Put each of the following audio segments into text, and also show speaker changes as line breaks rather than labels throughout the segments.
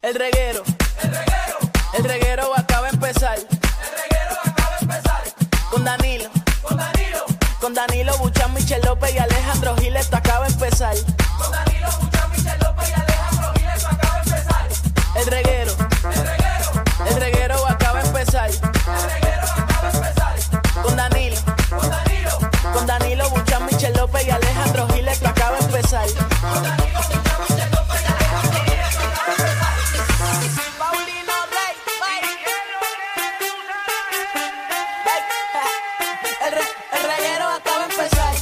El reguero. El reguero. El reguero acaba de empezar. El reguero acaba de empezar. Con Danilo. Con Danilo. Con Danilo Buchan, Michel López y Alejandro Gil, esto acaba de empezar. Con Danilo Buchan, Michel López y Alejandro Gil, esto acaba de empezar. El reguero. El reguero. El reguero acaba de empezar. El reguero acaba de empezar. Con Danilo. Con Danilo. Con Danilo Buchan, Michel López y Alejandro Gil, esto acaba de empezar. Paulino Rey, El, re, el reguero acaba de empezar.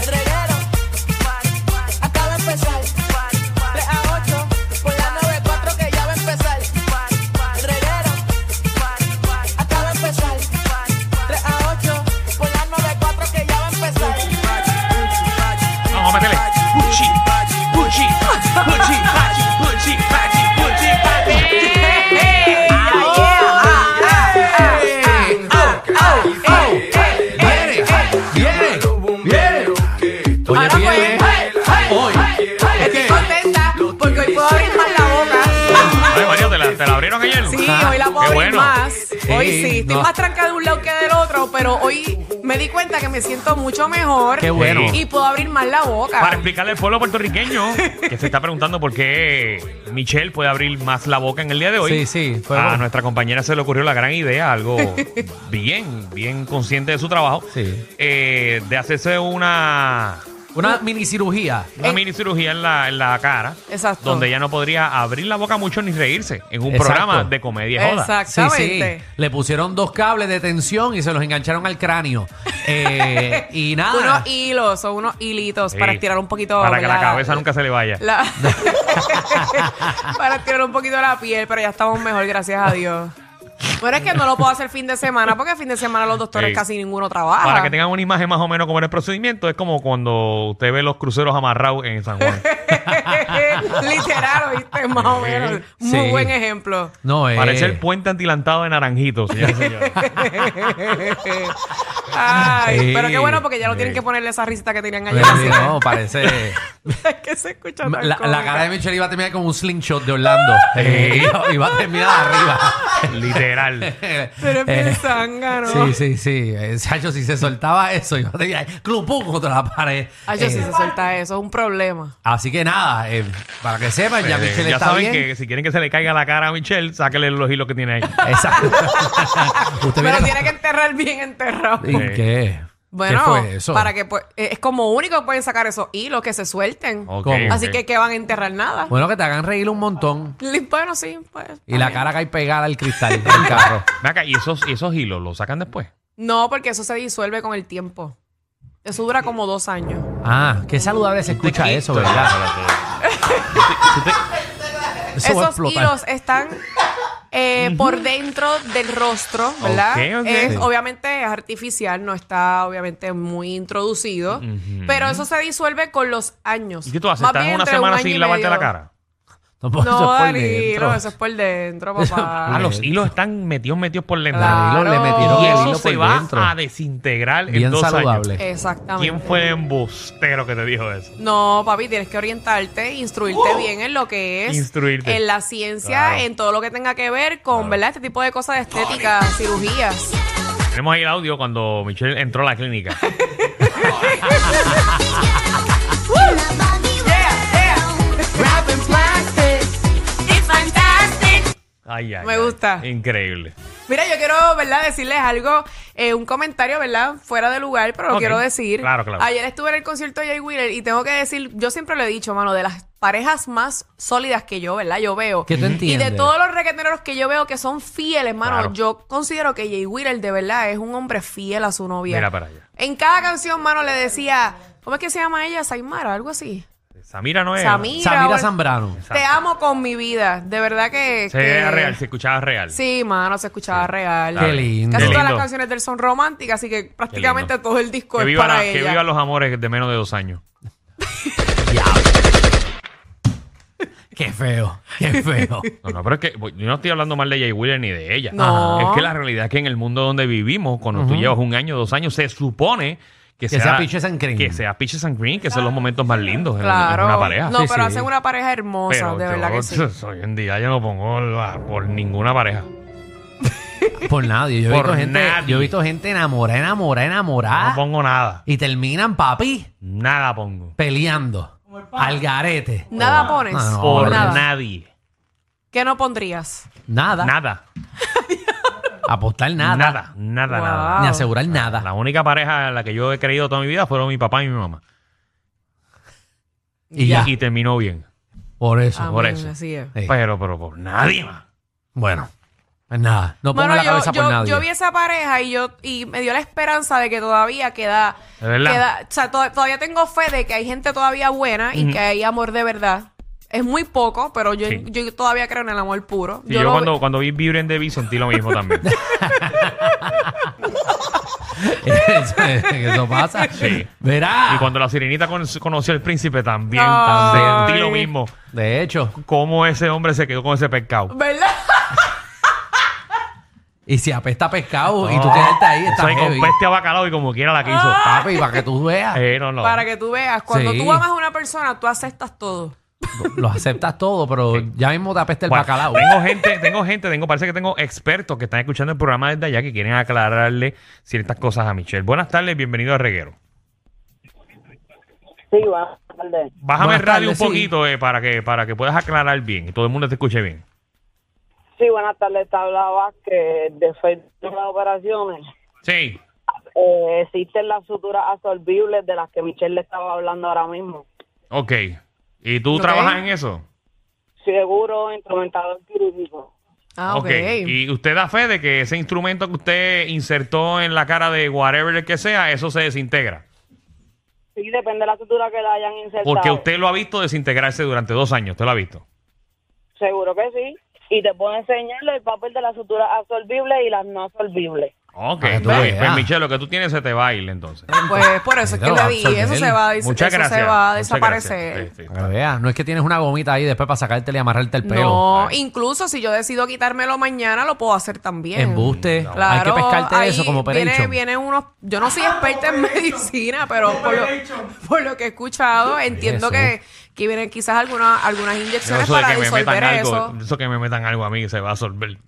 El reguero acaba de empezar. 3 a 8 por la 94 que ya va a empezar. El reguero acaba de empezar. 3 a 8 por la 94 que ya va a empezar.
Vamos a meterle. Puchi, puchi, puchi, pachi, puchi, pachi, puchi, pachi. Viene, viene, viene. Oye,
Ahora pues,
viene.
ay, ay,
Hoy.
ay,
¿Qué?
estoy contenta porque hoy puedo abrir más la boca.
Ay, María, ¿te la, te la abrieron ayer?
Sí,
Ah,
hoy la puedo
qué
abrir
bueno.
más. Hoy
Sí,
sí, estoy
no.
más trancada de un lado que del otro, pero hoy me di cuenta que me siento mucho mejor
Qué bueno.
y puedo abrir más la boca.
Para explicarle al pueblo puertorriqueño que se está preguntando por qué Michelle puede abrir más la boca en el día de hoy.
Sí, sí, fue
a
bueno.
nuestra compañera se le ocurrió la gran idea, algo bien, bien consciente de su trabajo,
Sí.
eh, de hacerse una,
Una mini cirugía.
una
Eh.
mini cirugía en la, en la cara.
Exacto.
Donde ella no podría abrir la boca mucho ni reírse en un
Exacto.
programa de comedia y joda.
Sí, sí.
Exactamente.
Le pusieron dos cables de tensión y se los engancharon al cráneo. Eh, y nada.
Unos hilos, son unos hilitos
Sí.
para estirar un poquito.
Para que la
¿verdad?
cabeza nunca se le vaya.
La- para estirar un poquito la piel, pero ya estamos mejor, gracias a Dios. Bueno, es que no lo puedo hacer fin de semana, porque fin de semana los doctores
Sí.
casi ninguno trabaja.
Para que tengan una imagen más o menos como en el procedimiento, es como cuando usted ve los cruceros amarrados en San Juan.
Literal, ¿viste? Más o menos. Muy
Sí.
buen ejemplo.
no, eh.
Parece el puente antilantado de Naranjito, señores y señores.
Ay,
Sí.
pero qué bueno porque ya no
Sí.
tienen que ponerle esa risita que tenían
Eh,
ayer. así.
no, parece.
Es que se escucha
la,
tan
la
cómica.
cara de Michelle iba a terminar como un slingshot de Orlando. Eh, iba- iba a terminar arriba.
Literal.
Pero es bien
Eh,
zángano.
Sí, sí, sí. Eh, Sacho, si se soltaba eso, iba a terminar clupum contra la pared.
Ay, yo
Eh,
sí se suelta eso, es un problema.
Así que nada, eh, para que sepan, ya
Eh,
Michelle
ya
está
saben
bien.
que si quieren que se le caiga la cara a Michelle, sáquenle los hilos que tiene ahí.
Exacto. Usted
Pero
viene-
tiene que enterrar bien enterrado.
¿Y ¿Qué? ¿Qué
Bueno,
fue eso?
para que pues, eh, es como único que pueden sacar esos hilos que se suelten.
Ok,
¿Cómo?
Así
ok.
que que van a enterrar nada.
Bueno, que te hagan reír un montón.
Li- Bueno, sí, pues.
Y la cara cae pegada al cristal del carro.
Ven acá, ¿y esos, y esos hilos los sacan después?
No, porque eso se disuelve con el tiempo. Eso dura como dos años.
Ah, qué saludable se escucha eso, ¿verdad? Eso va a
Esos
explotar.
hilos están eh, por dentro del rostro, ¿verdad?
Ok, ok.
Es,
Sí.
Obviamente es artificial, no está obviamente muy introducido, pero eso se disuelve con los años.
¿Y qué tú haces?
Más
¿Estás
bien
una
entre un
semana
año y
sin lavarte la
medio.
cara?
No, dentro.
No, Danilo, eso es por dentro,
Ah,
papá.
los hilos están metidos, metidos por dentro.
Claro.
Danilo le metieron
Y
el
eso
hilo
se
por
va
dentro.
a desintegrar en
Bien
dos
saludable.
años.
Exactamente.
¿Quién fue el embustero que te dijo eso?
No, papi, tienes que orientarte, instruirte bien en lo que es.
Instruirte.
En la ciencia,
Claro.
en todo lo que tenga que ver con, ¿verdad? Este tipo de cosas de estética, cirugías.
Tenemos ahí el audio cuando Michelle entró a la clínica. Ay, ay,
Me
ay.
gusta.
Increíble.
Mira, yo quiero, ¿verdad? Decirles algo, eh, un comentario, ¿verdad? Fuera de lugar, pero lo
Ok.
quiero decir.
Claro, claro.
Ayer estuve en el concierto de Jay Wheeler y tengo que decir, yo siempre lo he dicho, mano, de las parejas más sólidas que yo, ¿verdad? Yo veo.
¿Qué tú
y de
entiendes?
todos los reggaetoneros que yo veo que son fieles, mano,
Claro.
yo considero que Jay Wheeler de verdad es un hombre fiel a su novia.
Mira para allá.
En cada canción, mano, le decía, ¿cómo es que se llama ella? Saimara, algo así.
Samira no es.
Samira.
Samira
ahora-
Zambrano.
Te amo con mi vida. De verdad que.
Se
que-
era real, se escuchaba real.
Sí, mano, se escuchaba real.
Qué
lindo.
Casi
Qué
todas
lindo.
las canciones de él son románticas, así que prácticamente
lindo.
todo el disco
Que
es
viva,
pues, para
la- que
ella.
viva los amores de menos de dos años.
Qué feo, qué feo.
No, no, pero es que voy- yo no estoy hablando mal de Jay Wheeler ni de ella.
No.
Es que la realidad es que en el mundo donde vivimos, cuando tú llevas un año, dos años, se supone Que,
sea Peaches and Cream.
Que sea Peaches and Cream, que son los momentos más lindos en-
Claro.
en una pareja.
No,
Sí,
pero
sí.
hacen una pareja hermosa,
Pero
de
yo,
verdad que sí.
Hoy en día yo no pongo la- por ninguna pareja.
Por nadie. Yo he,
Por
visto gente,
nadie.
yo he visto gente enamorada, enamorada,
No
Ah.
enamorada.
pongo nada.
y terminan, papi,
Nada pongo.
peleando. Al garete.
Nada pones.
Ah, no,
Por
nada.
nadie.
¿Qué no pondrías?
Nada.
Nada.
Apostar nada.
Nada. Nada. Nada.
Wow.
Ni asegurar nada.
La única pareja en la que yo he creído toda mi vida fueron mi papá y mi mamá.
Y ya.
Y terminó bien.
Por eso.
por
Amén,
eso.
Así es.
Sí.
Pero, pero por nadie más.
Bueno. Pues nada. No pongo
Mano,
la
yo,
cabeza por
yo-
nadie.
yo vi esa pareja y yo y me dio la esperanza de que todavía queda,
De verdad.
queda- o sea, to- todavía tengo fe de que hay gente todavía buena y que hay amor de verdad. Es muy poco, pero yo,
Sí.
yo todavía creo en el amor puro.
Y yo,
lo-
cuando, cuando vi Vibren de Vi sentí lo mismo también.
eso, eso pasa.
Sí.
Verá.
y cuando la sirenita con- conoció al príncipe también,
Ay.
sentí lo mismo.
De hecho.
Cómo ese hombre se quedó con ese pescado.
¿Verdad?
Y si apesta pescado y tú
No.
quedarte ahí,
Eso
está
ahí
heavy. Ah.
con peste a bacalao y como quiera la quiso.
Papi, para que tú veas.
Eh, no, no.
Para que tú veas, cuando
Sí.
tú amas a una persona, tú aceptas todo.
Lo aceptas todo, pero ya mismo te apesta
eh,
el
Bueno,
bacalao.
Tengo gente, tengo gente, tengo, parece que tengo expertos que están escuchando el programa desde allá que quieren aclararle ciertas cosas a Michelle. Buenas tardes, bienvenido a Reguero.
Sí, buenas tardes.
Bájame
Buenas
el radio
tardes,
un
sí.
poquito eh, para que para que puedas aclarar bien y todo el mundo te escuche bien.
Sí, buenas tardes. Te hablaba que después de las operaciones
Sí.
eh, existen las suturas absorbibles de las que Michelle le estaba hablando ahora mismo.
Ok. ¿Y tú
Ok.
trabajas en eso?
Seguro, instrumentador quirúrgico.
Ah, ok.
¿Y usted da fe de que ese instrumento que usted insertó en la cara de whatever el que sea, eso se desintegra?
Sí, depende de la sutura que le hayan insertado.
Porque usted lo ha visto desintegrarse durante dos años, usted lo ha visto.
Seguro que sí. Y te puedo enseñarle el papel de las suturas absorbibles y las no absorbibles.
Ok,
Ah, tú
pues,
veas.
pues, Michelle, lo que tú tienes se te va a ir entonces.
Pues por eso es que
Te lo
le di,
absorbe
eso
él.
se va, a dis-
Muchas
eso
gracias.
se va a
Muchas
desaparecer.
gracias. Sí, sí,
Para
está
que
bien.
veas. No es que tienes una gomita ahí después para sacártela y amarrarte el pelo.
No, incluso si yo decido quitármelo mañana, lo puedo hacer también.
Embuste. Hay que pescarte
ahí
eso como
viene,
perencho.
viene unos. Yo no soy experta en medicina, pero por lo, por lo que he escuchado, entiendo que, que vienen quizás algunas algunas
Yo
inyecciones
eso de
para
que me
disolver
metan
eso.
algo, eso que me metan algo a mí que se va a absorber.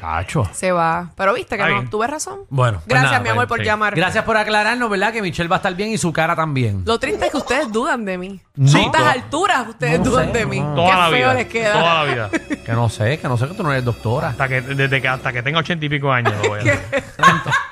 Cacho.
Se va. Pero viste que
Está
no,
bien.
tuve razón.
Bueno, pues
Gracias,
nada,
mi amor,
bueno,
por
sí.
llamar.
Gracias por aclararnos, ¿verdad? Que Michelle va a estar bien y su cara también.
Lo triste es que ustedes dudan de mí.
No.
A estas alturas ustedes
No
dudan
sé,
de mí.
no.
Toda
Qué
la
feo
vida.
les queda.
Toda la vida.
Que no sé, que no sé que tú no eres doctora.
Hasta que, desde que, hasta que tenga ochenta y pico años. lo voy a hacer.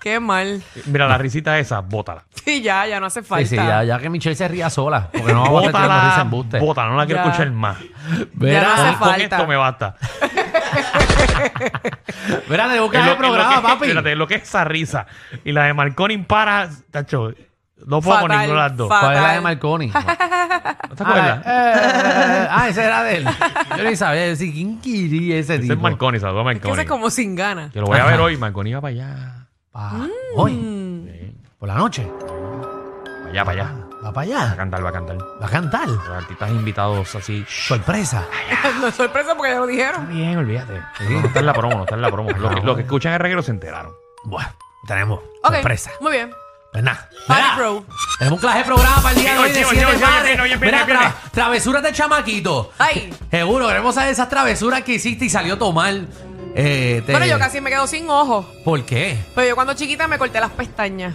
Qué mal.
Mira, la risita esa, bótala.
Sí, ya, ya no hace falta.
Sí, sí, ya, ya que Michelle se ría sola. Porque no vamos a estar tirando risa
Bótala,
en buste.
bótala, no la quiero
Ya.
escuchar más.
Ya no
Con,
hace
Verá,
con
falta.
esto me basta.
verá, de
Es
buscar
lo-
el
es lo
programa,
que-
papi.
espérate, es lo que es esa risa. Y la de Marconi impara, tacho, no puedo con
Fatal,
ninguna de las dos.
fatal.
¿Cuál es la de Marconi?
¿No te acuerdas?
Ah, eh, ah, ese era de él. Yo ni sabía decir quién quería ese
Ese
tipo.
es Marconi, saludos a
Que
Marconi.
ese es como sin ganas.
Que lo voy a ver
Ajá.
hoy, Marconi va para allá.
Pa- Hoy,
Mm.
por la noche,
Para allá, para allá.
va para
Va a
allá,
cantar, va a cantar. Los
va a cantar.
artistas invitados así.
Sorpresa.
no es sorpresa porque ya lo dijeron.
Bien, olvídate. No está en la promo, no está en la promo. Lo que, lo que escuchan el reguero se enteraron.
Bueno, tenemos
Ok,
sorpresa.
Muy bien.
Pues nada.
Party
Verá,
Pro.
Tenemos clase de programa para el día de
Oye,
hoy de
oye,
siete
oye, oye,
madres.
viene, oye, viene,
Verá,
viene.
tra- travesuras de chamaquito.
Ay.
Seguro, queremos saber esas travesuras que hiciste y salió tomar. Eh, te-
Bueno, yo casi me quedo sin ojos.
¿Por qué?
Pero Pues yo cuando chiquita me corté las pestañas.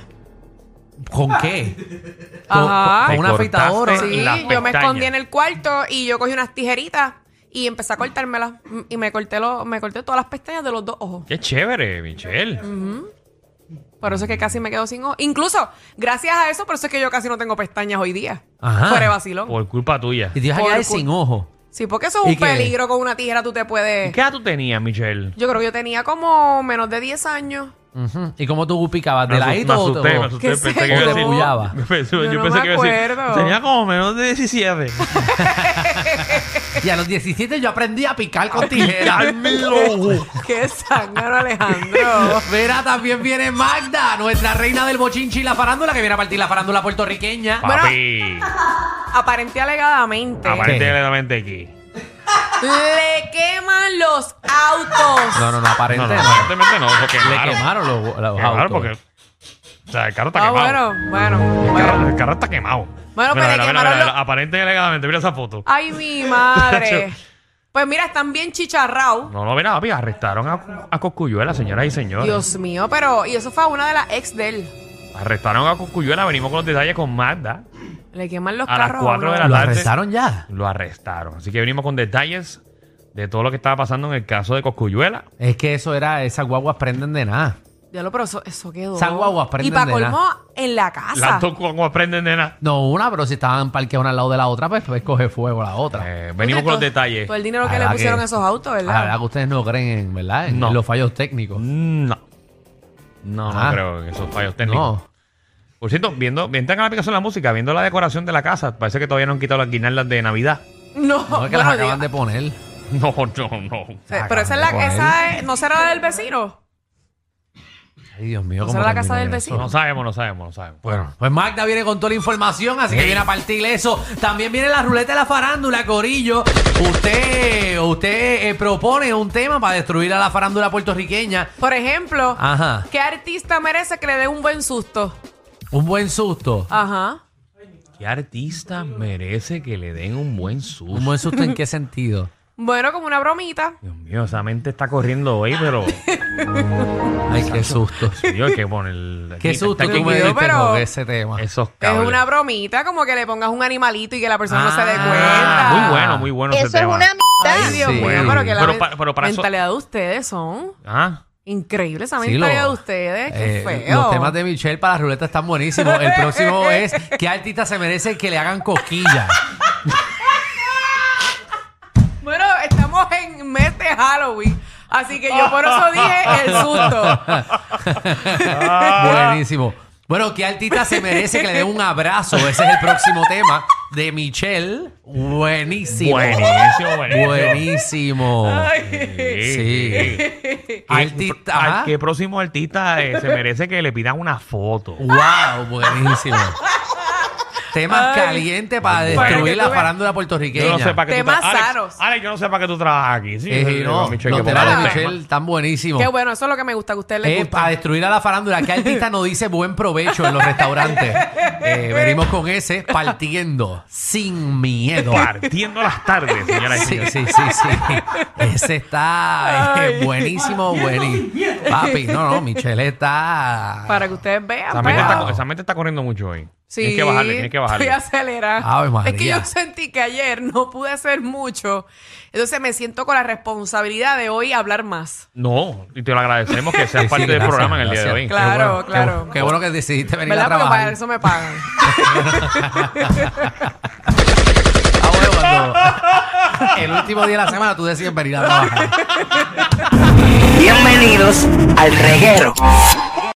¿Con qué? Con,
Ajá.
con- con una
Te
afeitadora.
cortaste
Sí,
las
yo me
pestañas.
escondí en el cuarto y yo cogí unas tijeritas y empecé a cortármelas. Mm, Y me corté, lo, me corté todas las pestañas de los dos ojos.
Qué chévere, Michelle.
Mm, Por eso es que casi me quedo sin ojos. Incluso, gracias a eso, por eso es que yo casi no tengo pestañas hoy día.
Ajá.
Fuera de vacilón.
Por culpa tuya.
Y te ibas a
Por
quedar
cu-
sin ojo.
Sí, porque eso es un
¿Y qué?
peligro. Con una tijera tú te puedes...
¿Qué edad tú tenías, Michelle?
Yo creo que yo tenía como menos de 10 años.
Ujú. ¿Y cómo tú picabas? ¿De
Me asu-
ladito
me
o-
asusté,
o-
me asusté.
¿Qué
Pensé
sé
que iba a
yo?
decir-
Te bullaba.
Me pensé- Yo,
Yo no
pensé
me
que iba a decir-
acuerdo.
Tenía como menos de 17.
Y a los 17 yo aprendí a picar con tijera.
¡Qué sangre, Alejandro!
Verá, también viene Magda, nuestra reina del bochinchi y la farándula, que viene a partir la farándula puertorriqueña.
Papi,
Aparente y alegadamente...
aparentemente aquí.
Le queman los autos. Ah,
No, no, no, aparente.
No, no,
no.
aparentemente no. Porque
Le quemaron los, los
Claro,
autos.
porque O sea, el carro está
Ah,
quemado.
bueno, bueno,
El carro-
bueno.
El carro está quemado.
Bueno, pero
mira,
le
mira,
quemaron
mira,
los-
aparente y alegadamente, mira esa foto.
Ay, mi madre. Pues mira, están bien chicharrados.
No, no, mira, papi, arrestaron a, a Cosculluela, señoras y señores.
Dios mío, pero. Y eso fue a una de las ex de él.
Arrestaron a Cosculluela, venimos con los detalles con Magda.
Le queman los
A las
carros.
cuatro
uno
de la
¿Lo
tarde.
arrestaron ya?
Lo arrestaron. Así que venimos con detalles de todo lo que estaba pasando en el caso de Cosculluela.
Es que eso era, esas guaguas prenden de nada.
Diablo, pero eso, eso quedó.
Esas guaguas prenden
Y para
de
colmo, en la casa.
Las dos como aprenden de nada.
No una, pero si estaban parqueadas una al lado de la otra, pues, pues coge fuego la otra.
Eh, venimos con los detalles.
Todo el dinero
La
que le
verdad
pusieron
que-
a esos autos,
La verdad
¿verdad?
que ustedes no creen, en- ¿verdad? En
No.
los fallos técnicos.
Mm, No. No, no
Ah.
creo en esos fallos técnicos.
No.
Por cierto, viendo, entran a la aplicación de la música, viendo la decoración de la casa, parece que todavía no han quitado las guirnaldas de Navidad.
No,
No es que las
bueno,
acaban
digo,
de poner.
No, no, no.
eh, Pero esa es la.
acaban de
Esa es- ¿No será la del vecino?
Ay, Dios mío,
No
cómo
será la casa
termina
del
eso.
vecino.
No sabemos, no sabemos, no sabemos.
Bueno, pues Magda viene con toda la información, así que viene a partir eso. También viene la ruleta de la farándula, Corillo. Usted, usted eh, propone un tema para destruir a la farándula puertorriqueña.
Por ejemplo,
Ajá.
¿qué artista merece que le dé un buen susto?
Un buen susto.
Ajá.
¿Qué artista merece que le den un buen
¿Un
susto?
buen susto en qué sentido?
Bueno, como una bromita.
Dios mío, esa mente está corriendo hoy, pero.
Ay, qué susto.
Dios, que poner.
Qué susto
Hay que
tú me
quitar
diste
pero-
con ese tema.
Esos
Es
cables.
una bromita, como que le pongas un animalito y que la persona no se dé
Ah,
cuenta.
muy bueno, muy bueno ese
Eso es
tema.
una
Ay,
mitad.
Dios
Sí.
mío, pero que la
Pero
men-
pa- pero para eso-
mentalidad de ustedes son
Ah,
increíble esa
Sí, lo-
mentalidad de ustedes. Qué
eh,
feo.
Los temas de Michelle para la ruleta están buenísimos. El próximo es ¿Qué artista se merece que le hagan coquilla?
Bueno, estamos en mes de Halloween. Así que yo por eso dije el susto.
Buenísimo. Bueno, ¿qué artista se merece que le den un abrazo? Ese es el próximo tema de Michelle. Buenísimo.
buenísimo, buenísimo.
Buenísimo. Sí. Artista.
Al
ajá.
que próximo artista eh, se merece que le pidan una foto.
Wow, buenísimo. Temas
Ay.
calientes para
Bueno,
que
destruir
tú
la
veas.
farándula
Yo
puertorriqueña.
no sé para qué tú
Temas
tra- Alex,
saros.
Alex, yo no sé para qué tú trabajas aquí. Sí,
Eh,
yo le digo
no,
a Michelle
los
que ponga
temas de
los temas.
Michelle están buenísimos.
Qué bueno, eso es lo que me gusta, que a ustedes les
Eh,
gusta.
para destruir a la farándula, ¿qué artista no dice buen provecho en los restaurantes? Eh, venimos con ese partiendo sin miedo.
Partiendo las tardes, señoras y
Sí,
señores.
sí, sí, sí. Ese está eh,
Ay.
buenísimo, buenísimo. Papi, no, no, Michelle está.
Para que ustedes vean.
Esa mente,
pues.
está, esa mente está corriendo mucho hoy. Tienes que bajarle, tienes que bajarle.
Estoy acelerada.
Ave María.
Es que yo sentí que ayer no pude hacer mucho. Entonces me siento con la responsabilidad de hoy hablar más.
No, y te lo agradecemos que seas
Sí, sí,
parte del
gracias,
programa en el día de
gracias.
hoy.
Qué
Claro,
bueno, qué
claro.
bu- Qué bueno que decidiste venir
¿Verdad?
a
Porque para
trabajar.
eso me pagan.
Ah, bueno, cuando- el último día de la semana tú decides venir a trabajar.
Bienvenidos al reguero.